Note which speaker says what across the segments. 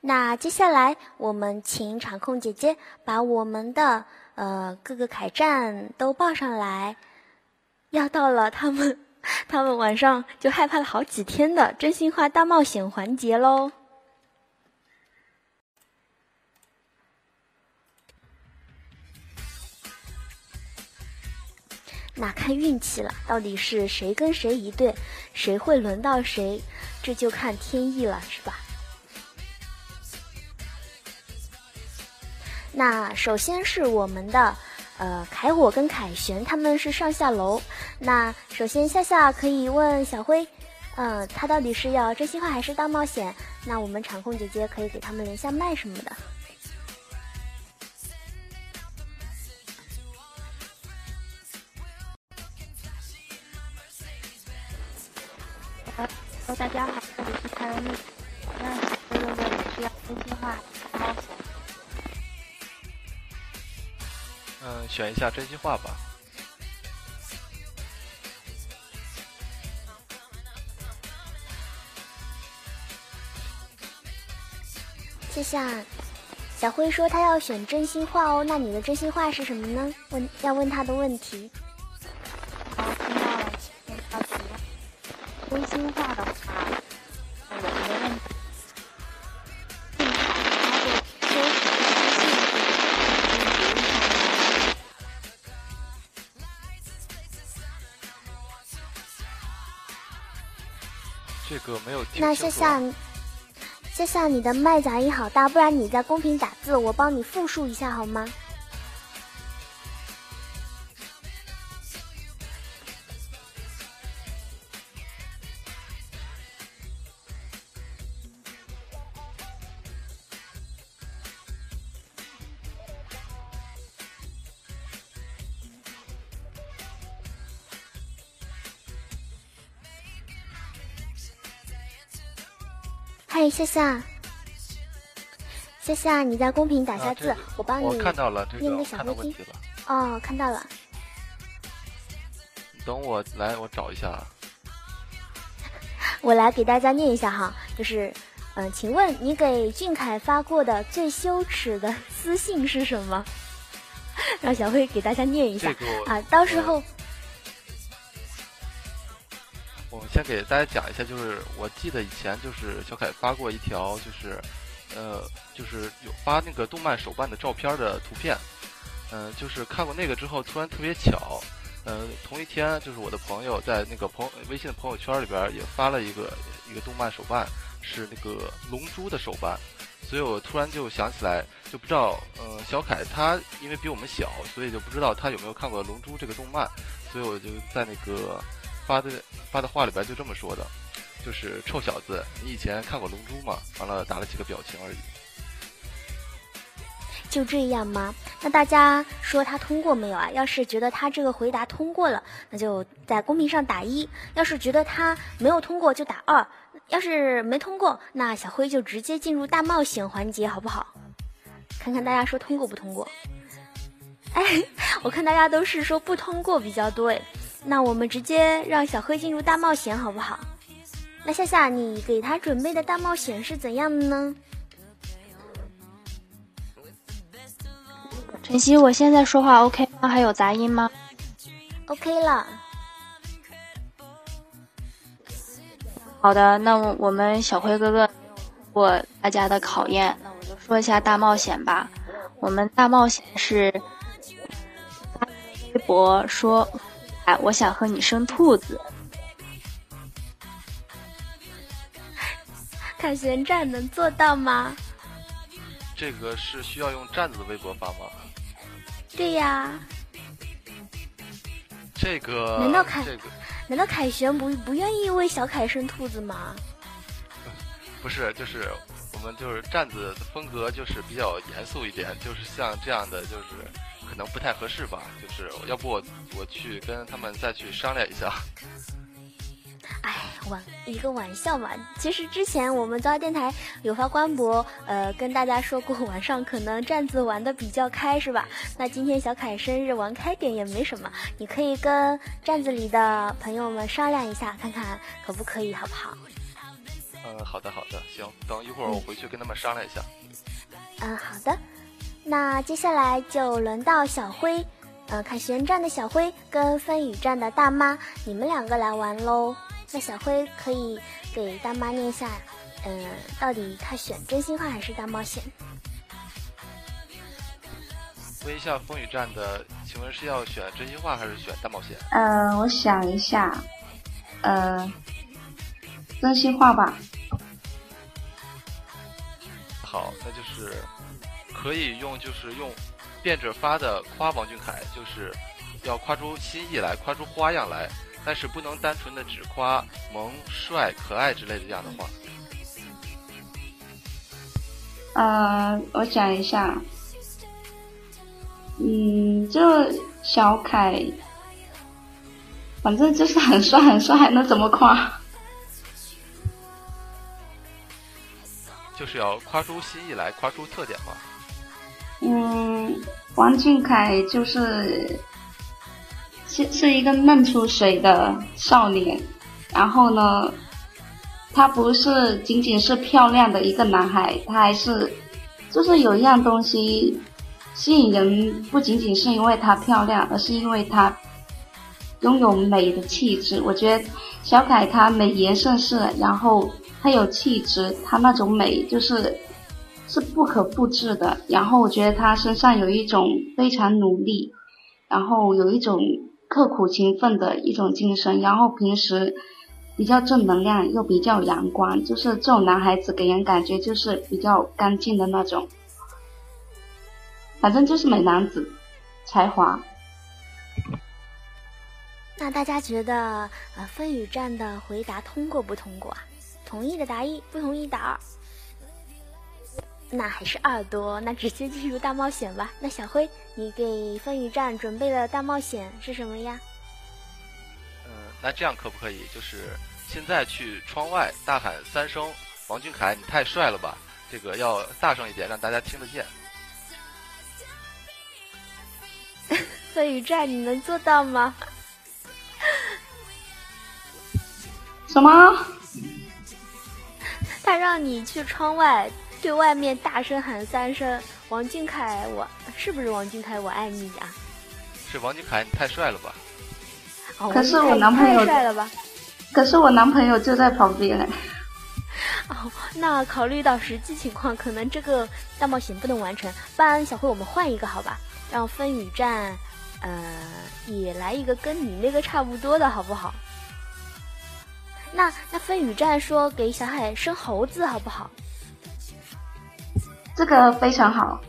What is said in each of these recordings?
Speaker 1: 那接下来我们请场控姐姐把我们的呃各个凯站都报上来。要到了他们， 他们晚上就害怕了好几天的真心话大冒险环节喽。那看运气了，到底是谁跟谁一对，谁会轮到谁，这就看天意了，是吧？那首先是我们的，呃，凯我跟凯旋他们是上下楼。那首先夏夏可以问小辉，呃，他到底是要真心话还是大冒险？那我们场控姐姐可以给他们连下麦什么的。
Speaker 2: Hello，大家好，这里是凯文丽。那这个问题是要真心话还是冒险？
Speaker 3: 嗯，选一下真心话吧。
Speaker 1: 夏夏，小辉说他要选真心话哦，那你的真心话是什么呢？问要问他的问题。
Speaker 2: 好，听到了，先到此了。真心话的话，我觉得你他的收拾和兴趣
Speaker 3: 这个没有听
Speaker 1: 那
Speaker 3: 清
Speaker 1: 夏
Speaker 3: 楚
Speaker 1: 夏
Speaker 3: 啊。，
Speaker 1: 夏夏，你的麦杂音好大，不然你在公屏打字，我帮你复述一下好吗？嗨，夏夏，夏夏，你在公屏打下
Speaker 3: 啊这
Speaker 1: 字，
Speaker 3: 个
Speaker 1: 我帮
Speaker 3: 我
Speaker 1: 你。
Speaker 3: 看到了这
Speaker 1: 念
Speaker 3: 个，
Speaker 1: 个
Speaker 3: 我
Speaker 1: 小
Speaker 3: 看到
Speaker 1: 飞
Speaker 3: 问
Speaker 1: 机
Speaker 3: 题了。
Speaker 1: 哦，看到了。
Speaker 3: 等我来，我找一下啊。
Speaker 1: 我来给大家念一下哈，就是，嗯、请问你给俊凯发过的最羞耻的私信是什么？ 让小辉给大家念一下
Speaker 3: 这个我
Speaker 1: 啊，到时
Speaker 3: 我
Speaker 1: 候
Speaker 3: 我先给大家讲一下，就是我记得以前就是小凯发过一条，就是，呃，就是有发那个动漫手办的照片的图片，嗯、就是看过那个之后，突然特别巧，呃，同一天就是我的朋友在那个朋友微信的朋友圈里边也发了一个一个动漫手办，是那个龙珠的手办，所以我突然就想起来，就不知道，呃，小凯他因为比我们小，所以就不知道他有没有看过龙珠这个动漫，所以我就在那个。发的发的话里边就这么说的，就是臭小子，你以前看过《龙珠》吗？完了打了几个表情而已。
Speaker 1: 就这样吗？那大家说他通过没有啊？要是觉得他这个回答通过了，那就在公屏上打一；要是觉得他没有通过，就打二；要是没通过，那小辉就直接进入大冒险环节，好不好？看看大家说通过不通过。哎， 我看大家都是说不通过比较多哎，那我们直接让小辉进入大冒险好不好？那夏夏，你给他准备的大冒险是怎样的呢？
Speaker 2: 晨曦，我现在说话 OK 吗？还有杂音吗？
Speaker 1: OK 了，
Speaker 2: 好的，那我我们小辉哥哥过大家的考验，那我就说一下大冒险吧。我们大冒险是微博说，哎，我想和你生兔子。
Speaker 1: 凯旋战能做到吗？
Speaker 3: 这个是需要用站子的微博发吗？
Speaker 1: 对呀、
Speaker 3: 这个
Speaker 1: 难道看
Speaker 3: 这个
Speaker 1: 难道凯旋不不愿意为小凯生兔子吗？
Speaker 3: 不是，就是我们就是站子的风格就是比较严肃一点，就是像这样的就是可能不太合适吧，就是要不我我去跟他们再去商量一下。
Speaker 1: 哎，玩一个玩笑嘛。其实之前我们早点电台有发官博，呃，跟大家说过晚上可能站子玩的比较开，是吧？那今天小凯生日玩开点也没什么，你可以跟站子里的朋友们商量一下，看看可不可以，好不好？
Speaker 3: 嗯，好的好的，行，等一会儿我回去跟他们商量一下。
Speaker 1: 嗯，好的。那接下来就轮到小辉，嗯、呃，凯旋站的小辉跟风雨站的大妈，你们两个来玩喽。那小辉可以给大妈念一下，嗯、呃，到底他选真心话还是大冒险？
Speaker 3: 问一下风雨站的，请问是要选真心话还是选大冒险？
Speaker 4: 嗯、呃，我想一下，呃，真心话吧。
Speaker 3: 好，那就是可以用，就是用变着法的夸王俊凯，就是要夸出新意来，夸出花样来，但是不能单纯的只夸萌、帅、可爱之类的这样的话。
Speaker 4: 呃，我想一下，嗯，就小凯，反正就是很帅很帅，还能怎么夸？
Speaker 3: 就是要夸出新意来，夸出特点嘛。
Speaker 4: 嗯，王俊凯就是是是一个嫩出水的少年，然后呢，他不是仅仅是漂亮的一个男孩，他还是就是有一样东西吸引人，不仅仅是因为她漂亮，而是因为她拥有美的气质。我觉得小凯他美颜盛世，然后。他有气质，他那种美就是是不可复制的。然后我觉得他身上有一种非常努力，然后有一种刻苦勤奋的一种精神。然后平时比较正能量，又比较阳光，就是这种男孩子给人感觉就是比较干净的那种。反正就是美男子，才华。
Speaker 1: 那大家觉得呃，风雨站的回答通过不通过啊？同意的打一，不同意打二。那还是二多，那直接进入大冒险吧。那小辉，你给风雨站准备的大冒险是什么呀？
Speaker 3: 嗯，那这样可不可以？就是现在去窗外大喊三声“王俊凯，你太帅了吧”，这个要大声一点，让大家听得见。
Speaker 1: 风雨站，你能做到吗？
Speaker 4: 什么？
Speaker 1: 他让你去窗外对外面大声喊三声“王俊凯我”，我是不是王俊凯？我爱你呀、啊！
Speaker 3: 是王俊凯，你太帅了吧！
Speaker 1: 哦、
Speaker 4: 可是我男朋友
Speaker 1: 太帅了吧？
Speaker 4: 可是我男朋友就在旁边。
Speaker 1: 哦， 那考虑到实际情况，可能这个大冒险不能完成。不然，小慧，我们换一个好吧？让风雨战，呃，也来一个跟你那个差不多的好不好？那那风雨战说给小海生猴子好不好？
Speaker 4: 这个非常好。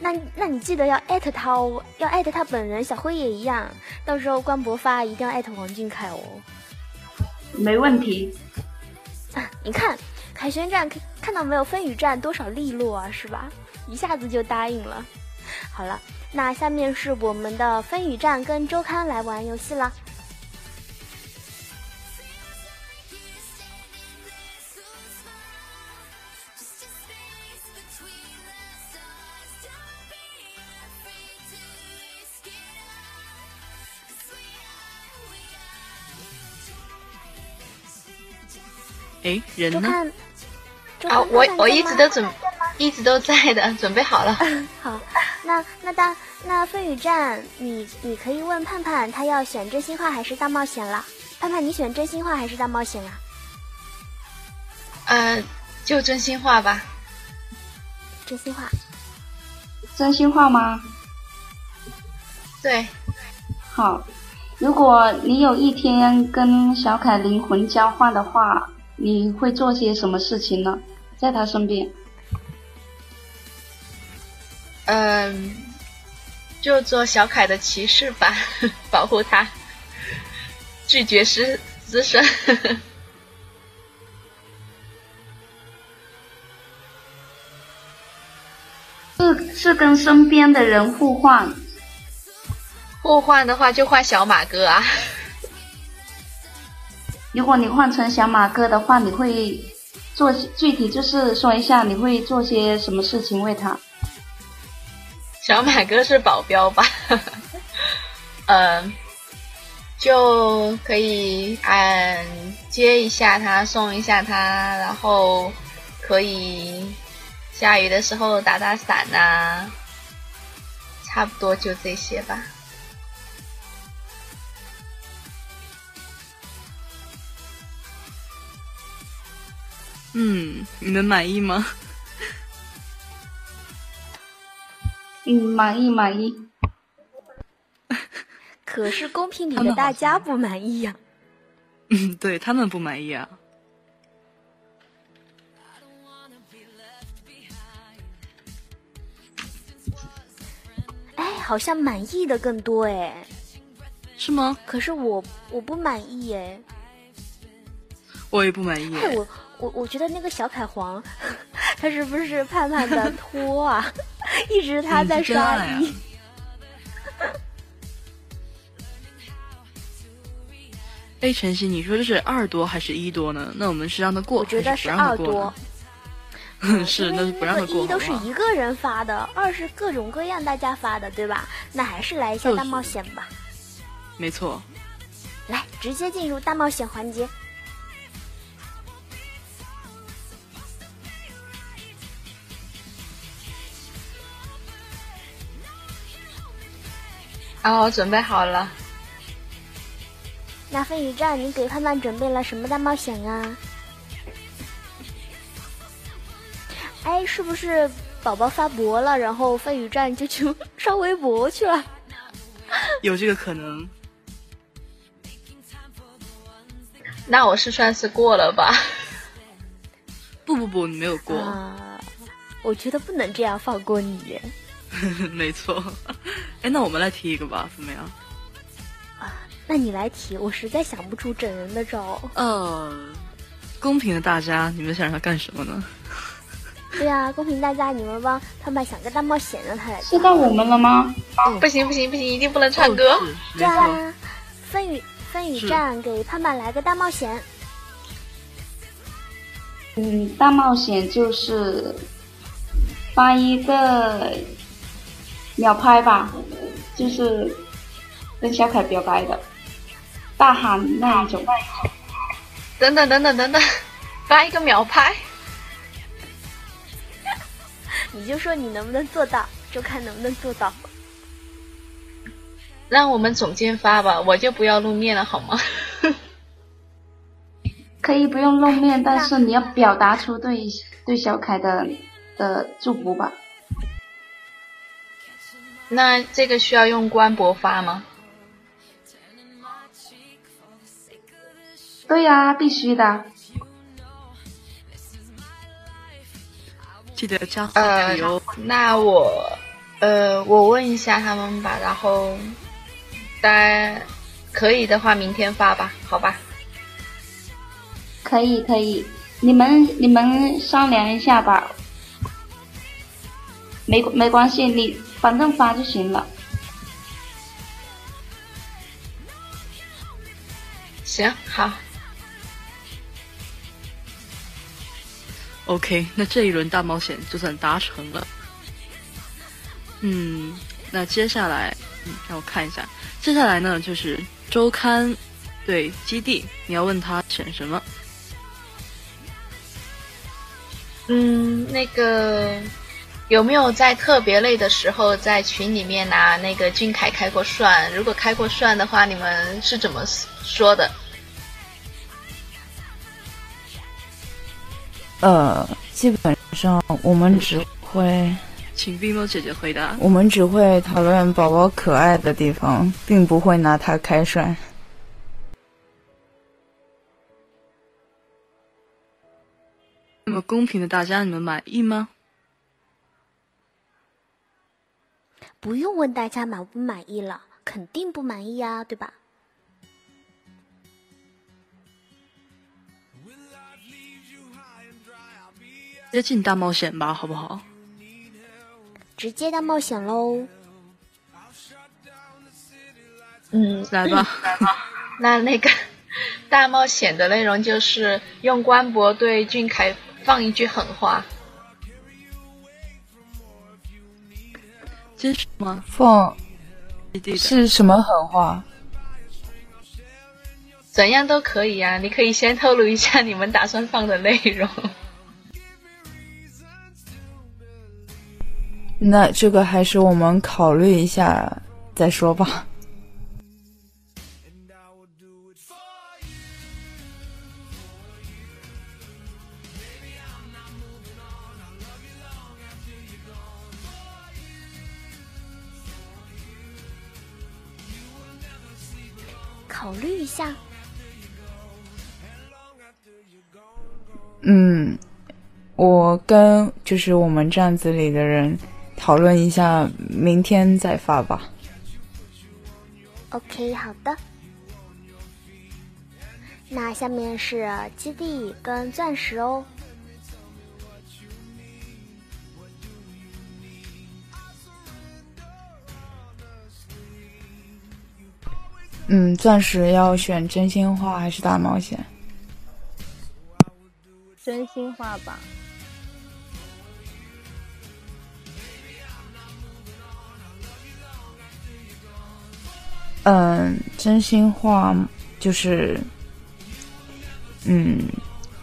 Speaker 1: 那那你记得要艾特他哦，要艾特他本人，小辉也一样。到时候官博发一定要艾特王俊凯哦。
Speaker 4: 没问题。
Speaker 1: 啊、 你看凯旋战看到没有？风雨战多少利落啊，是吧？一下子就答应了。好了，那下面是我们的风雨战跟周刊来玩游戏了。
Speaker 5: 哎，人呢？
Speaker 1: 啊，
Speaker 6: 我我一直都准，一直都在的，准备好了。
Speaker 1: 好，那那大那风雨战，你你可以问盼盼，他要选真心话还是大冒险了？盼盼，你选真心话还是大冒险啊？
Speaker 6: 呃，就真心话吧。
Speaker 1: 真心话。
Speaker 4: 真心话吗？
Speaker 6: 对。
Speaker 4: 好，如果你有一天跟小凯灵魂交换的话。你会做些什么事情呢？在他身边，
Speaker 6: 嗯，就做小凯的骑士吧， 保护他，拒绝失滋生。
Speaker 4: 是是跟身边的人互换，
Speaker 6: 互换的话就换小马哥啊。
Speaker 4: 如果你换成小马哥的话，你会做具体就是说一下你会做些什么事情为他？
Speaker 6: 小马哥是保镖吧？嗯呃，就可以嗯接一下他，送一下他，然后可以下雨的时候打打伞呐、差不多就这些吧。
Speaker 5: 嗯，你们满意吗？
Speaker 4: 嗯，满意满意。
Speaker 1: 可是公屏里
Speaker 5: 他
Speaker 1: 的
Speaker 5: 们好
Speaker 1: 大
Speaker 5: 像
Speaker 1: 家不满意啊呀、
Speaker 5: 嗯，对他们不满意啊。
Speaker 1: 哎，好像满意的更多哎，
Speaker 5: 是吗？
Speaker 1: 可是我我不满意哎。
Speaker 5: 我也不满意。
Speaker 1: 哎，我我我觉得那个小凯皇， 他是不是盼盼的托啊？ 一直他
Speaker 5: 嗯
Speaker 1: 在
Speaker 5: 是真爱
Speaker 1: 刷
Speaker 5: 啊
Speaker 1: 一、
Speaker 5: 哎，晨曦，你说这是二多还是一多呢？那我们是让他过，
Speaker 1: 我觉得
Speaker 5: 还是
Speaker 1: 是
Speaker 5: 不让他
Speaker 1: 二
Speaker 5: 过
Speaker 1: 多
Speaker 5: 呢，
Speaker 1: 嗯
Speaker 5: 啊是，
Speaker 1: 因
Speaker 5: 那
Speaker 1: 为
Speaker 5: 就不让他
Speaker 1: 那个
Speaker 5: 过
Speaker 1: 一都
Speaker 5: 好
Speaker 1: 是
Speaker 5: 不好？
Speaker 1: 一个人发的，二是各种各样大家发的，对吧？那还是来一下
Speaker 5: 就是
Speaker 1: 大冒险吧，
Speaker 5: 没错，
Speaker 1: 来直接进入大冒险环节。
Speaker 6: 然后准备好了，
Speaker 1: 那飞宇站，你给盼盼准备了什么大冒险啊？哎，是不是宝宝发博了，然后飞宇站就去 刷微博去了？
Speaker 5: 有这个可能。
Speaker 6: 那我是算是过了吧？
Speaker 5: 不不不，你没有过，
Speaker 1: 啊，我觉得不能这样放过你。
Speaker 5: 没错。 哎，那我们来提一个吧，怎么样？
Speaker 1: 那你来提，我实在想不出整人的招。
Speaker 5: 呃，公平的大家，你们想让他干什么呢？
Speaker 1: 对啊，公屏大家，你们帮盼盼想个大冒险，让他来
Speaker 4: 是到我们了吗？
Speaker 6: 不行不行不行，一定不能唱歌。
Speaker 5: 嗯哦是没
Speaker 1: 对
Speaker 5: 错，
Speaker 1: 啊，风雨风雨
Speaker 5: 是
Speaker 1: 站给盼盼来个大冒险。
Speaker 4: 嗯，大冒险就是发一个秒拍吧，就是跟小凯表白的，大喊那一种。
Speaker 6: 等等等等等等，发一个秒拍。
Speaker 1: 你就说你能不能做到，就看能不能做到。
Speaker 6: 让我们总监发吧，我就不要露面了好吗？
Speaker 4: 可以不用露面，但是你要表达出对对小凯的的祝福吧。
Speaker 6: 那这个需要用官博发吗？
Speaker 4: 对呀、必须的。
Speaker 5: 记得加好
Speaker 6: 呃
Speaker 5: 油。，
Speaker 6: 那我呃，我问一下他们吧，然后大家可以的话，明天发吧，好吧？
Speaker 4: 可以可以，你们你们商量一下吧。没没关系，你反正发就行了。
Speaker 6: 行，好，
Speaker 5: OK，那这一轮大冒险就算达成了。嗯，那接下来，嗯，让我看一下，接下来呢就是周刊对基地，你要问他选什么？
Speaker 6: 嗯，那个有没有在特别累的时候在群里面拿那个俊凯开过涮？如果开过涮的话，你们是怎么说的？
Speaker 7: 呃，基本上我们只会
Speaker 5: 请冰猫姐姐回答。
Speaker 7: 我们只会讨论宝宝可爱的地方，并不会拿它开涮。
Speaker 5: 那么公平的大家，你们满意吗？
Speaker 1: 不用问大家满不满意了，肯定不满意呀、对吧？
Speaker 5: 接近大冒险吧，好不好？
Speaker 1: 直接大冒险喽！
Speaker 6: 嗯，
Speaker 5: 来吧，
Speaker 6: 那那个 大冒险的内容就是用官博对俊凯放一句狠话。
Speaker 5: 接受吗？
Speaker 7: 放
Speaker 5: 基地的
Speaker 7: 是什么狠话？
Speaker 6: 怎样都可以啊。你可以先透露一下你们打算放的内容。
Speaker 7: 那这个还是我们考虑一下再说吧。
Speaker 1: 考虑一下，
Speaker 7: 嗯，我跟就是我们站子里的人讨论一下，明天再发吧。
Speaker 1: OK，好的。那下面是基地跟钻石哦。
Speaker 7: 嗯，钻石要选真心话还是大冒险？
Speaker 2: 真心话 吧。
Speaker 7: 嗯，真心话就是，嗯，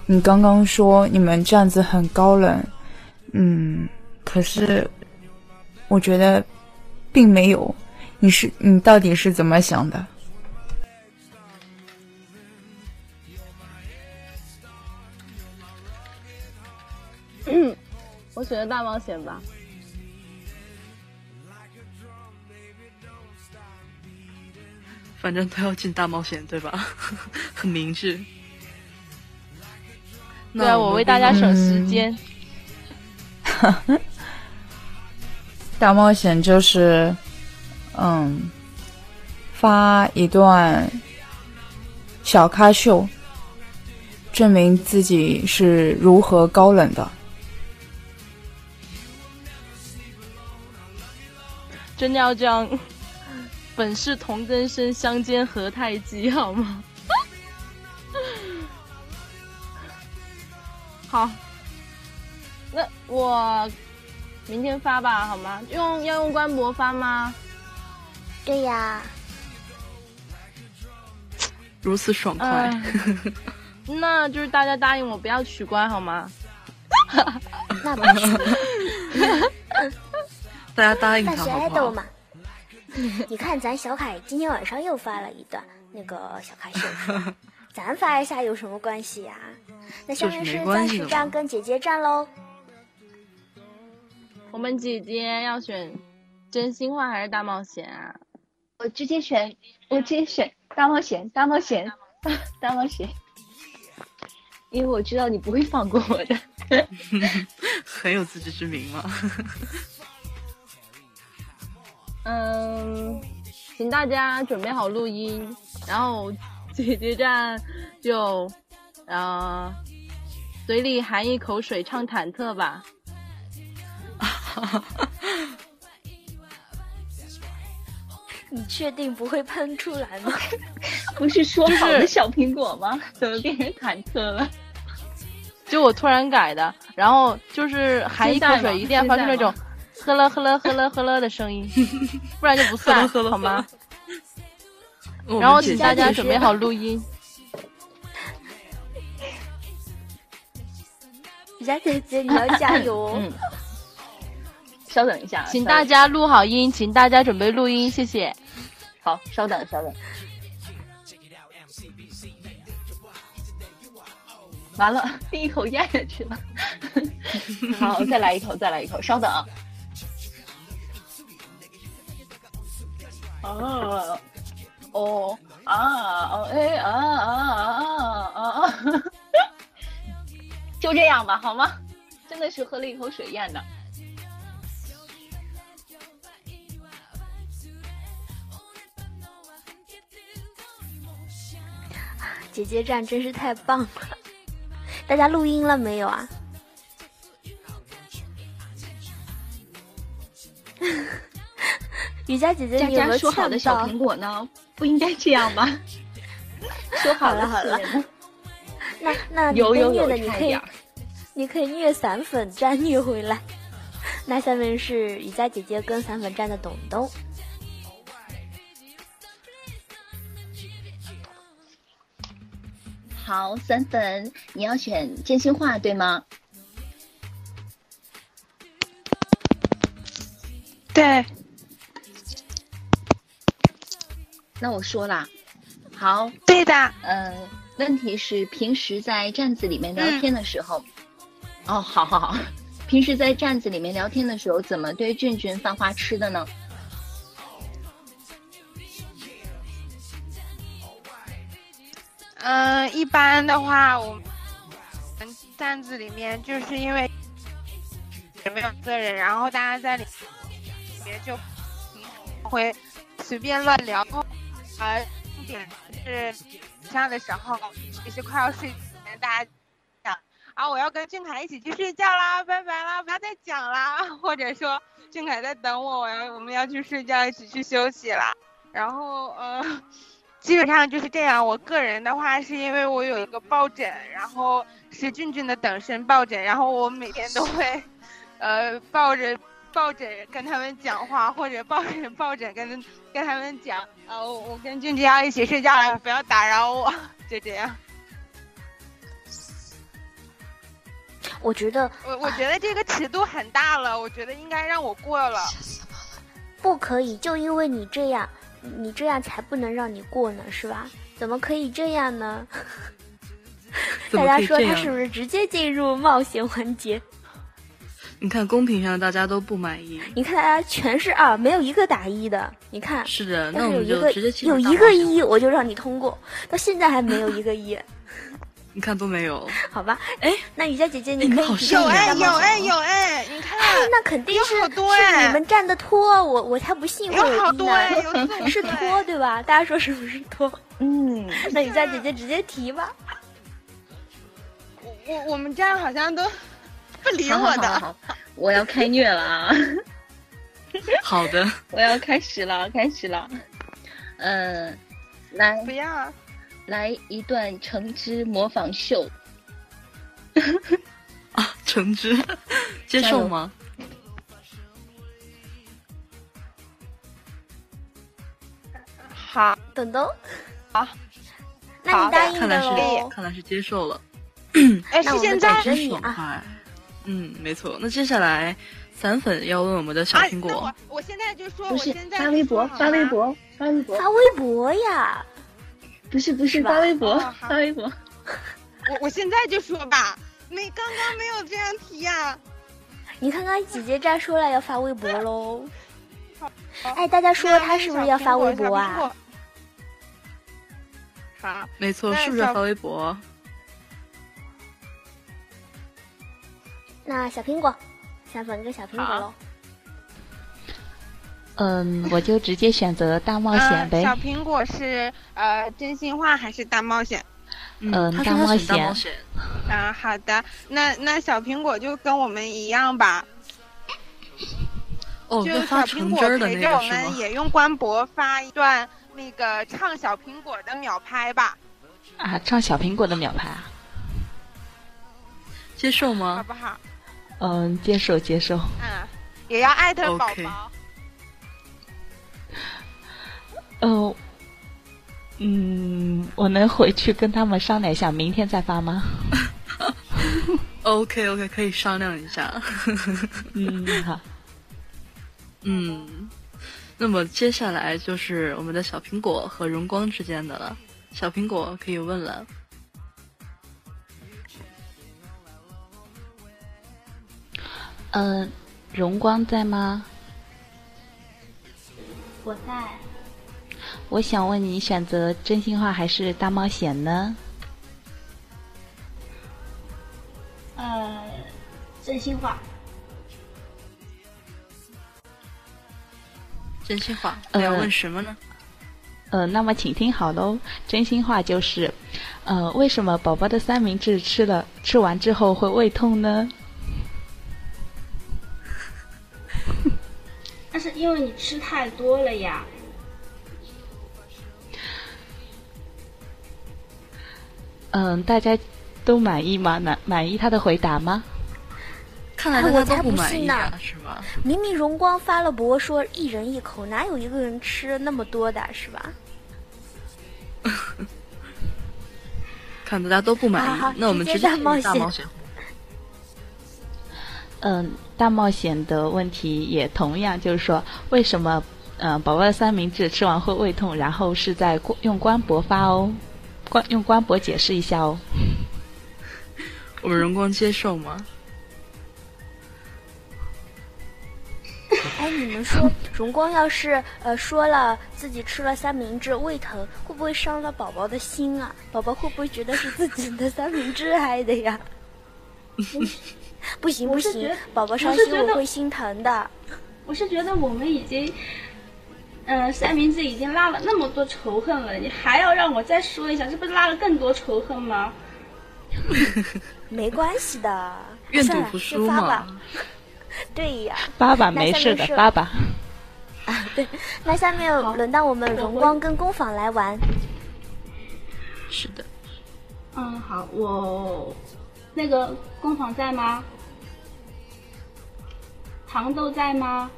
Speaker 7: 你刚刚说你们站子很高冷，嗯，可是我觉得并没有。你是你到底是怎么想的？
Speaker 2: 我选择大冒险吧。
Speaker 5: 反正都要进大冒险，对吧？ 很明智。
Speaker 8: 对啊，
Speaker 5: 那
Speaker 8: 我
Speaker 5: 们
Speaker 8: 为大家
Speaker 5: 不
Speaker 8: 省时间。
Speaker 7: 大冒险就是，嗯，发一段小咖秀，证明自己是如何高冷的。
Speaker 8: 真的要这样， 本是同根生，相煎何太急，好吗？好，那我明天发吧，好吗？用要用官博发吗？
Speaker 1: 对呀，
Speaker 5: 如此爽快。
Speaker 8: 嗯、那就是大家答应我不要取关，好 吗？
Speaker 1: 那不行，
Speaker 5: 大家答应
Speaker 1: 那
Speaker 5: 他
Speaker 1: 谁
Speaker 5: 好
Speaker 1: 爱
Speaker 5: 不
Speaker 1: 豆
Speaker 5: 好？
Speaker 1: 嘛？ 你看咱小凯今天晚上又发了一段那个小凯秀 说，咱发一下有什么关系呀、那下面
Speaker 5: 就是
Speaker 1: 是钻
Speaker 5: 没关系的
Speaker 1: 石
Speaker 5: 嘛
Speaker 1: 站跟姐姐站喽。
Speaker 8: 我们姐姐要选真心话还是大冒险啊？
Speaker 2: 我直接选，我直接选大冒险，大冒险， 大冒险，因为我知道你不会放过我的。
Speaker 5: 很有自知之明嘛。
Speaker 8: 嗯，请大家准备好录音，然后姐姐站就呃嘴里含一口水唱忐忑吧。
Speaker 1: 你确定不会喷出来吗？
Speaker 2: 不是说好
Speaker 8: 就
Speaker 2: 的
Speaker 8: 是
Speaker 2: 小苹果吗？怎 么变成忐忑了？
Speaker 8: 就我突然改的，然后就是含一口水一定要发出那种呵了呵了呵了呵了的声 音，不然就不算
Speaker 5: 呵了呵了
Speaker 8: 好吗？
Speaker 5: 我们
Speaker 8: 然后
Speaker 5: 姐
Speaker 8: 请
Speaker 5: 姐
Speaker 8: 大家准备好录音。
Speaker 1: 雨佳姐姐，你要加油哦！
Speaker 8: 嗯，
Speaker 2: 稍等一下，
Speaker 8: 请
Speaker 2: 稍等
Speaker 8: 大家录好音，请大家准备录音，谢谢。
Speaker 2: 好，稍等，稍等。完了，第一口咽下去了。好，再来一口，再来一口，稍等啊。哦，哦啊哦哎啊啊啊啊！就这样吧，好吗？真的是喝了一口水咽的。
Speaker 1: 姐姐站真是太棒了！大家录音了没有啊？雨佳姐姐，
Speaker 2: 佳
Speaker 1: 你有没
Speaker 2: 佳
Speaker 1: 有
Speaker 2: 说好
Speaker 1: 呛
Speaker 2: 的小
Speaker 1: 到
Speaker 2: 苹 果呢？不应该这样吧？ 说好
Speaker 1: 好了好了
Speaker 2: 私人呢
Speaker 1: 那那你
Speaker 2: 有
Speaker 1: 被
Speaker 2: 有
Speaker 1: 虐
Speaker 2: 有
Speaker 1: 的，你
Speaker 2: 差
Speaker 1: 可
Speaker 2: 一
Speaker 1: 以
Speaker 2: 点儿。
Speaker 1: 你可以虐散粉站虐回来。 那下面是雨佳姐姐跟散粉站的董董，
Speaker 9: 好，三分，你要选真心话对吗？
Speaker 10: 对，
Speaker 9: 那我说啦，好，
Speaker 10: 对的，
Speaker 9: 呃，问题是平时在站子里面
Speaker 1: 嗯
Speaker 9: 聊天的时候，哦，好好好，平时在站子里面聊天的时候，怎么对俊俊犯花痴的呢？
Speaker 10: 嗯、一般的话，我们站子里面就是因为也没有一个人，然后大家在里面就会随便乱聊。呃，重点是晚上的时候也是快要睡前，大家讲啊，我要跟俊凯一起去睡觉啦，拜拜啦，不要再讲啦， 或者说俊凯在等我，我要我们要去睡觉，一起去休息啦。然后呃，基本上就是这样。我个人的话，是因为我有一个抱枕，然后是俊俊的等身抱枕，然后我每天都会，呃，抱着抱枕跟他们讲话，或者抱着抱枕跟跟他们讲，啊，我我跟俊俊要一起睡觉了，不要打扰我， 就这样。
Speaker 1: 我觉得
Speaker 10: 我我觉得这个尺度很大了，我觉得应该让我过了。
Speaker 1: 不可以，就因为你这样，你这样才不能让你过呢，是吧？怎么可以这样呢？ 大
Speaker 5: 怎么
Speaker 1: 家
Speaker 5: 可以
Speaker 1: 说
Speaker 5: 这
Speaker 1: 他
Speaker 5: 样？
Speaker 1: 是不是直接进入冒险环节？
Speaker 5: 你看公屏上大家都不满意。
Speaker 1: 你看大家全是二，没有一个打一的。你看，
Speaker 5: 是的，
Speaker 1: 要
Speaker 5: 那
Speaker 1: 是
Speaker 5: 我
Speaker 1: 有
Speaker 5: 们
Speaker 1: 一
Speaker 5: 就
Speaker 1: 个
Speaker 5: 直接进入
Speaker 1: 有
Speaker 5: 大
Speaker 1: 一
Speaker 5: 冒
Speaker 1: 个
Speaker 5: 险，
Speaker 1: 一，我就让你通过，到现在还没有一个一，
Speaker 5: 你看都没有。
Speaker 1: 好吧？哎，那雨佳姐姐，你可
Speaker 5: 你们
Speaker 1: 以
Speaker 5: 好
Speaker 1: 提
Speaker 5: 善
Speaker 1: 出
Speaker 5: 良
Speaker 1: 你
Speaker 5: 啊
Speaker 1: 的
Speaker 10: 有
Speaker 1: 冒
Speaker 10: 哎
Speaker 1: 险
Speaker 10: 有哎，你看
Speaker 1: 哎，那肯定
Speaker 10: 有
Speaker 1: 是
Speaker 10: 好多哎
Speaker 1: 是你们站的托，我我才不信会
Speaker 10: 有好
Speaker 1: 有一
Speaker 10: 多哎，
Speaker 1: 呢，
Speaker 10: 有四五
Speaker 1: 是
Speaker 10: 对
Speaker 1: 托对吧？大家说是不是托？
Speaker 7: 嗯，
Speaker 1: 那雨佳姐姐直接提吧。
Speaker 10: 我我我们站好像都不理
Speaker 9: 好好
Speaker 10: 我
Speaker 9: 好好
Speaker 10: 的。
Speaker 9: 好，我要开虐了啊！
Speaker 5: 好的，
Speaker 9: 我要开始了，开始了。嗯，来
Speaker 10: 不要，啊
Speaker 9: 来一段橙汁模仿秀，
Speaker 5: 啊橙汁，接受吗？
Speaker 10: 好，
Speaker 1: 等等，
Speaker 10: 好，
Speaker 1: 那
Speaker 10: 好
Speaker 1: 你答
Speaker 10: 的
Speaker 1: 应
Speaker 5: 看来
Speaker 1: 了
Speaker 5: 是
Speaker 1: 喽？
Speaker 5: 看来是接受了，
Speaker 10: 哎，
Speaker 1: 那
Speaker 10: 是
Speaker 1: 我们
Speaker 10: 现
Speaker 1: 等
Speaker 10: 在
Speaker 1: 着
Speaker 5: 真
Speaker 1: 你
Speaker 5: 爽
Speaker 1: 啊！
Speaker 5: 快。嗯，没错。那接下来散粉要问我们的小
Speaker 10: 啊，
Speaker 5: 苹
Speaker 10: 那
Speaker 5: 果，
Speaker 10: 我我现在就说，
Speaker 9: 不
Speaker 10: 我
Speaker 9: 是
Speaker 10: 现在
Speaker 9: 发
Speaker 10: 就
Speaker 9: 微
Speaker 10: 说
Speaker 9: 博，
Speaker 10: 好
Speaker 9: 发微
Speaker 10: 吗。
Speaker 9: 博，发微博，
Speaker 1: 发微博呀，
Speaker 9: 不是不是
Speaker 1: 吧
Speaker 9: 发微博
Speaker 10: 哦，好
Speaker 9: 发微博。
Speaker 10: 我我现在就说吧，没刚刚没有这样提呀、
Speaker 1: 你看看姐姐站说了要发微博喽。
Speaker 10: 好
Speaker 1: 哎，大家说
Speaker 10: 那
Speaker 1: 他是不是要发微博
Speaker 10: 小苹呃果？小苹果
Speaker 1: 啊？
Speaker 10: 好，
Speaker 5: 没错，
Speaker 10: 那
Speaker 5: 是不是要
Speaker 10: 小
Speaker 5: 发微博？
Speaker 1: 那小苹果，三粉跟小苹果喽。
Speaker 8: 嗯，我就直接选择大冒险呗
Speaker 10: 嗯。小苹果是呃真心话还是大冒险？
Speaker 8: 嗯
Speaker 5: 他
Speaker 8: 大
Speaker 5: 说他
Speaker 8: 冒
Speaker 5: 选大
Speaker 8: 险
Speaker 5: 冒险，
Speaker 10: 啊，好的，那那小苹果就跟我们一样吧，
Speaker 5: 哦，
Speaker 10: 就
Speaker 5: 要
Speaker 10: 小
Speaker 5: 发
Speaker 10: 苹
Speaker 5: 橙
Speaker 10: 果
Speaker 5: 汁儿的
Speaker 10: 陪
Speaker 5: 那
Speaker 10: 着我
Speaker 5: 个是
Speaker 10: 们
Speaker 5: 吗？
Speaker 10: 也用官博发一段那个唱小苹果的秒拍吧，
Speaker 8: 啊，唱小苹果的秒拍啊。
Speaker 5: 接受
Speaker 10: 好
Speaker 5: 吗？
Speaker 10: 不好？
Speaker 8: 嗯，接受接受。
Speaker 10: 嗯，也要艾特宝
Speaker 5: OK
Speaker 10: 宝。
Speaker 8: 嗯，嗯，我能回去跟他们商量一下，明天再发吗？
Speaker 5: OK OK，可以商量一下。
Speaker 8: 嗯， 好。
Speaker 5: 嗯，那么接下来就是我们的小苹果和荣光之间的了。小苹果可以问了，
Speaker 8: 嗯，荣光在吗？
Speaker 1: 我在。
Speaker 8: 我想问你，选择真心话还是大冒险呢？
Speaker 1: 呃，真心话，
Speaker 5: 真心话，
Speaker 8: 呃
Speaker 5: 你要问什么呢？
Speaker 8: 呃，那么请听好喽，真心话就是，呃，为什么宝宝的三明治吃了吃完之后会胃痛呢？
Speaker 11: 那是因为你吃太多了呀。
Speaker 8: 嗯，大家都满意吗？满满意他的回答吗？
Speaker 5: 看来
Speaker 1: 哎
Speaker 5: 大
Speaker 1: 我
Speaker 5: 家
Speaker 1: 才
Speaker 5: 都
Speaker 1: 不
Speaker 5: 满
Speaker 1: 信
Speaker 5: 意
Speaker 1: 呢
Speaker 5: 啊，是吧？
Speaker 1: 明明荣光发了博说一人一口，哪有一个人吃那么多的，是吧？
Speaker 5: 看大家都不满意，
Speaker 1: 啊好好
Speaker 5: 那我们
Speaker 1: 直
Speaker 5: 直
Speaker 1: 接
Speaker 5: 接
Speaker 1: 大
Speaker 5: 进
Speaker 1: 冒
Speaker 5: 入大
Speaker 1: 险
Speaker 5: 冒险。
Speaker 8: 嗯、大冒险的问题也同样就是说，为什么嗯、呃宝宝的三明治吃完会胃痛？然后是在过用官博发哦，官用官博解释一下 哦。
Speaker 5: 我们荣光接受吗？
Speaker 1: 哎，你们说荣光要是呃说了自己吃了三明治胃疼，会不会伤了宝宝的心啊？宝宝会不会觉得是自己的三明治害的呀？不行不
Speaker 11: 我是觉
Speaker 1: 行
Speaker 11: 得，
Speaker 1: 宝宝伤
Speaker 11: 我是
Speaker 1: 心
Speaker 11: 觉得
Speaker 1: 我会心疼的。
Speaker 11: 我是觉得我们已经，呃，三明治已经拉了那么多仇恨了，你还要让我再说一下，这不是拉了更多仇恨吗？
Speaker 1: 没关系的，
Speaker 8: 愿赌
Speaker 1: 算了就
Speaker 8: 服输
Speaker 1: 发
Speaker 8: 嘛
Speaker 1: 吧。 对呀，
Speaker 8: 爸爸
Speaker 1: 那
Speaker 8: 没
Speaker 1: 下
Speaker 8: 事
Speaker 1: 面
Speaker 8: 的
Speaker 1: 是，
Speaker 8: 爸爸。
Speaker 1: 对，那下面轮到我们荣光跟工坊来玩。
Speaker 5: 是的，
Speaker 11: 嗯，好，我那个工坊在吗？糖豆在吗？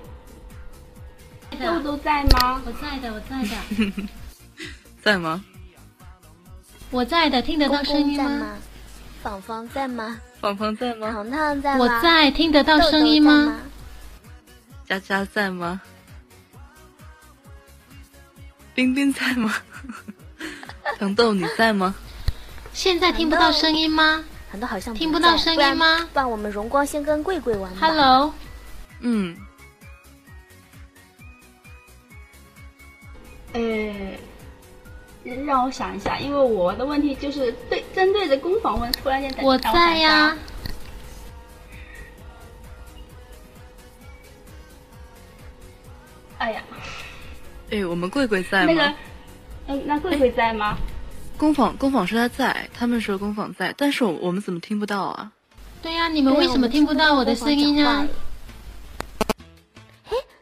Speaker 11: 豆豆在吗？
Speaker 12: 我在的，我在 的，
Speaker 5: 在吗？
Speaker 12: 我在的，听得到声音
Speaker 1: 公公在
Speaker 12: 吗？
Speaker 1: 吗？芳芳在吗？
Speaker 5: 芳芳在吗？
Speaker 1: 糖糖在吗？
Speaker 12: 我在，听得到声音
Speaker 1: 豆豆在
Speaker 12: 吗
Speaker 1: 吗？？
Speaker 5: 佳佳在吗？冰冰 在吗？糖豆你在吗？
Speaker 12: 现在听不到声音吗？
Speaker 1: 很多好像
Speaker 12: 听不到
Speaker 1: 在
Speaker 12: 声
Speaker 1: 不然
Speaker 12: 音吗？
Speaker 1: 不然我们荣光先跟贵贵玩吧。
Speaker 12: ？Hello，
Speaker 5: 嗯，
Speaker 11: 呃，让我想一下，因为我的问题就是对针对着工坊问，突然间等
Speaker 12: 我
Speaker 11: 让想
Speaker 12: 在
Speaker 11: 一下啊
Speaker 12: 呀。
Speaker 11: 哎呀，
Speaker 5: 哎，我们贵贵在
Speaker 11: 那
Speaker 5: 吗？
Speaker 11: 个，
Speaker 12: 呃
Speaker 11: 嗯，那贵贵在吗？
Speaker 5: 工坊工坊说他在，他们说工坊在，但是我我们怎么听不到啊？
Speaker 12: 对呀、你们为什么听不到我的声音啊？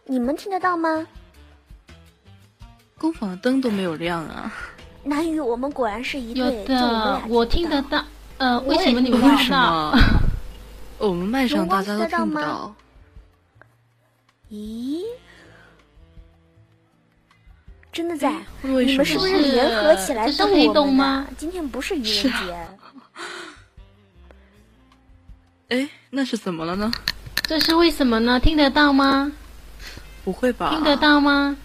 Speaker 1: 你们听得到吗？
Speaker 5: 工坊的灯都没有亮啊！
Speaker 1: 南雨，我们果然是一
Speaker 12: 有
Speaker 1: 对。这我们
Speaker 12: 的
Speaker 1: 俩，
Speaker 12: 我听得到。呃，
Speaker 1: 我
Speaker 12: 为
Speaker 1: 也
Speaker 12: 什么你们
Speaker 1: 听不到
Speaker 12: 听不到？
Speaker 5: 哦我们麦上
Speaker 12: 啊
Speaker 5: 大家都听
Speaker 1: 哎荣光听
Speaker 5: 不
Speaker 1: 得到
Speaker 5: 到
Speaker 1: 吗。咦，真的
Speaker 12: 哎
Speaker 1: 在？
Speaker 5: 会不会
Speaker 1: 你们
Speaker 5: 是
Speaker 1: 是不是
Speaker 5: 这是
Speaker 1: 联合起来
Speaker 12: 这是
Speaker 1: 瞪
Speaker 12: 黑
Speaker 1: 我
Speaker 12: 洞
Speaker 1: 们
Speaker 12: 吗
Speaker 1: 呐？今天不是愚人
Speaker 5: 啊
Speaker 12: 啊
Speaker 1: 节，
Speaker 5: 哎，那是怎么了呢？
Speaker 12: 这是为什么呢？听得到吗？
Speaker 5: 不会吧？
Speaker 12: 听得。到吗？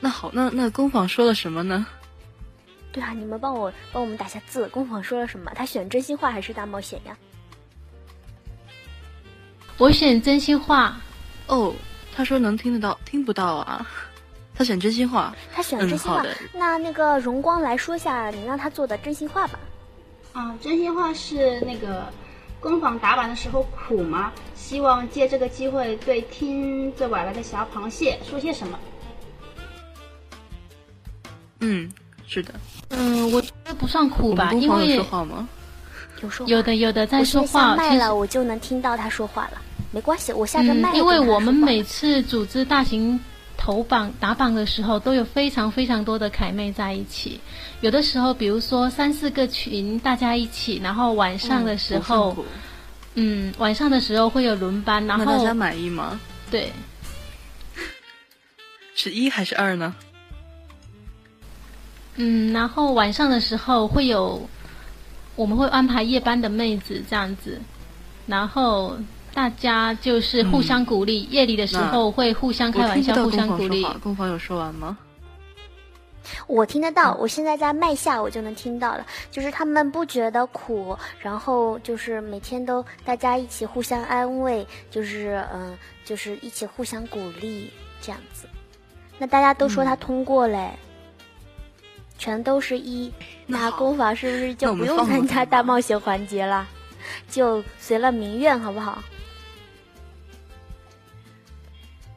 Speaker 5: 那好，那那工坊说了什么呢？
Speaker 1: 对啊，你们帮我帮我们打下字。工坊说了什么？他选真心话还是大冒险呀？
Speaker 12: 我选真心话。
Speaker 5: 哦，他说能听得到，听不到啊。他选真心话。
Speaker 1: 他选了真心话
Speaker 5: 嗯，好的。
Speaker 1: 那那个荣光来说下你让他做的真心话吧。
Speaker 11: 啊，真心话是那个工坊打板的时候苦吗？希望借这个机会对听着晚来的小螃蟹说些什么？
Speaker 5: 嗯，是的。
Speaker 12: 嗯，我觉得不算苦
Speaker 5: 我们
Speaker 12: 吧，
Speaker 5: 工
Speaker 12: 啊因
Speaker 5: 坊有
Speaker 12: 为
Speaker 5: 说话吗？
Speaker 1: 有说
Speaker 12: 有的有的在
Speaker 1: 我
Speaker 12: 说
Speaker 1: 现下，
Speaker 12: 话其
Speaker 1: 麦
Speaker 12: 实
Speaker 1: 了，我就能听到他说话了。没关系，我下着麦了
Speaker 12: 嗯，因为
Speaker 1: 跟他
Speaker 12: 我们
Speaker 1: 说话
Speaker 12: 每次组织大型投榜打榜的时候，都有非常非常多的凯妹在一起。有的时候，比如说三四个群大家一起，然后晚上的时候
Speaker 5: 不算，嗯苦
Speaker 12: 嗯晚上的时候会有轮班，然
Speaker 5: 那大
Speaker 12: 后
Speaker 5: 家满意吗？
Speaker 12: 对
Speaker 5: 是一还是二呢？
Speaker 12: 嗯，然后晚上的时候会有，我们会安排夜班的妹子这样子，然后大家就是互相鼓励，夜里的时候会互相开
Speaker 5: 嗯我
Speaker 12: 玩
Speaker 5: 听不
Speaker 12: 笑，
Speaker 5: 到
Speaker 12: 互
Speaker 5: 工
Speaker 12: 相
Speaker 5: 坊
Speaker 12: 鼓
Speaker 5: 说
Speaker 12: 励
Speaker 5: 话。。工坊有说完吗？
Speaker 1: 我听得
Speaker 5: 嗯
Speaker 1: 到，我现在在麦下，我就能听到了。就是他们不觉得苦，然后就是每天都大家一起互相安慰，就是嗯、就是一起互相鼓励这样子。那大家都
Speaker 5: 嗯
Speaker 1: 说他通过嘞，全都是一，那工坊是不是
Speaker 5: 那
Speaker 1: 就
Speaker 5: 我
Speaker 1: 不
Speaker 5: 们
Speaker 1: 用
Speaker 5: 放过
Speaker 1: 参加
Speaker 5: 他
Speaker 1: 大冒险环节了？就随了民愿，好不好？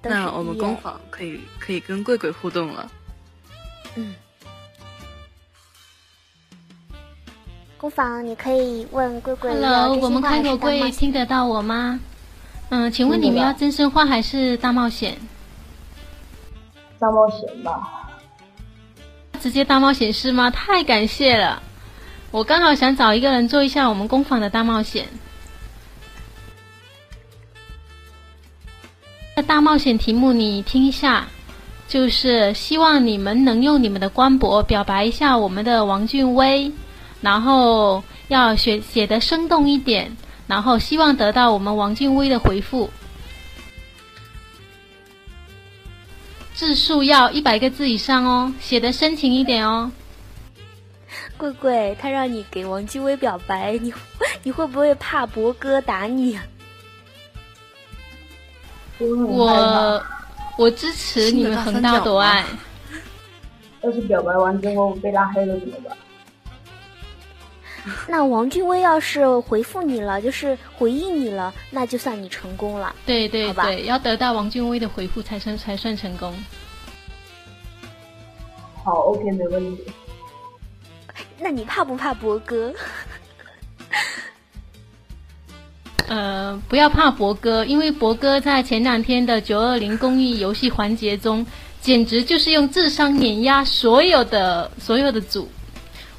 Speaker 1: 都是
Speaker 5: 那我们
Speaker 1: 一
Speaker 5: 工
Speaker 1: 耶
Speaker 5: 坊可以可以跟贵贵互动了。
Speaker 1: 嗯，工坊，你可以问贵贵要
Speaker 12: Hello，
Speaker 1: 真
Speaker 12: 我们
Speaker 1: 心话还
Speaker 12: 开
Speaker 1: 是
Speaker 12: 口
Speaker 1: 大冒
Speaker 12: 会
Speaker 1: 险
Speaker 12: 听得到我吗？嗯，请问你们
Speaker 13: 听得到
Speaker 12: 要真心话还是大冒险？
Speaker 13: 大冒险吧。
Speaker 12: 直接大冒险是吗？太感谢了，我刚好想找一个人做一下我们工坊的大冒险。那大冒险题目你听一下，就是希望你们能用你们的官博表白一下我们的王俊威，然后要写写的生动一点，然后希望得到我们王俊威的回复。字数要一百个字以上哦，写的深情一点哦。
Speaker 1: 贵贵，他让你给王俊威表白，你你会不会怕博哥打你？啊
Speaker 12: 我我支持你们横刀夺爱。
Speaker 8: 要是表白完之后被拉黑了怎么办？
Speaker 1: 那王俊威要是回复你了，就是回应你了，那就算你成功了。
Speaker 12: 对对
Speaker 1: 好吧
Speaker 12: 对，要得到王俊威的回复才算才算成功。
Speaker 8: 好，OK，没问题。
Speaker 1: 那你怕不怕博哥？
Speaker 12: 呃，不要怕博哥，因为博哥在前两天的九二零公益游戏环节中，简直就是用智商碾压所有的所有的组。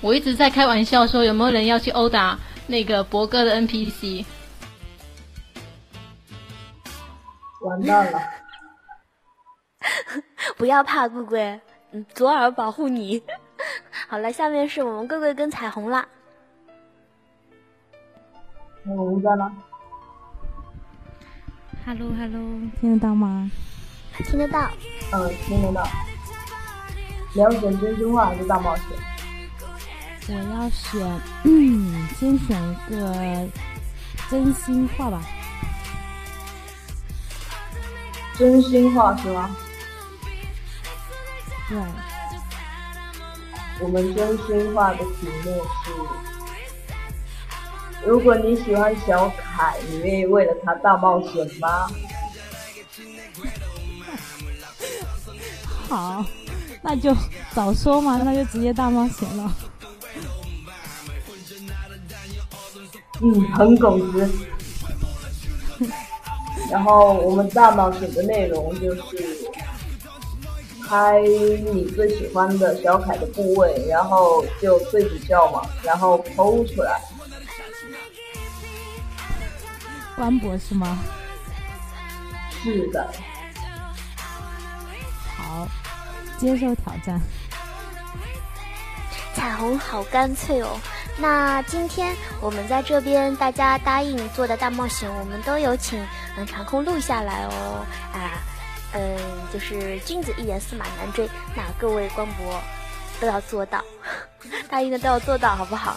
Speaker 12: 我一直在开玩笑说，有没有人要去殴打那个博哥的 NPC？
Speaker 8: 完蛋了！
Speaker 1: 不要怕，贵贵，嗯，左耳保护你。 好了，下面是我们贵贵跟彩虹啦。
Speaker 8: 我们在吗？
Speaker 14: Hello Hello，
Speaker 15: 听得到吗？
Speaker 1: 听得到。
Speaker 8: 嗯，听得到。了解真心话还是大冒险？
Speaker 14: 我要选， 嗯，先选一个真心话吧。
Speaker 8: 真心话是吗？
Speaker 14: 对，
Speaker 8: 我们真心话的题目是：如果你喜欢小凯，你愿意为了他大冒险吗？
Speaker 14: 好，那就早说嘛，那就直接大冒险了。
Speaker 8: 嗯，很狗直。然后我们大冒险的内容就是拍你最喜欢的小凯的部位，然后就对比照嘛，然后剖出来。
Speaker 14: 官博是吗？
Speaker 8: 是的，
Speaker 14: 好，接受挑战。
Speaker 1: 彩虹好干脆哦。那今天我们在这边，大家答应做的大冒险，我们都有请嗯长空录下来哦啊，嗯，就是君子一言驷马难 追，那各位官博都要做到，答应的都要做到，好不好？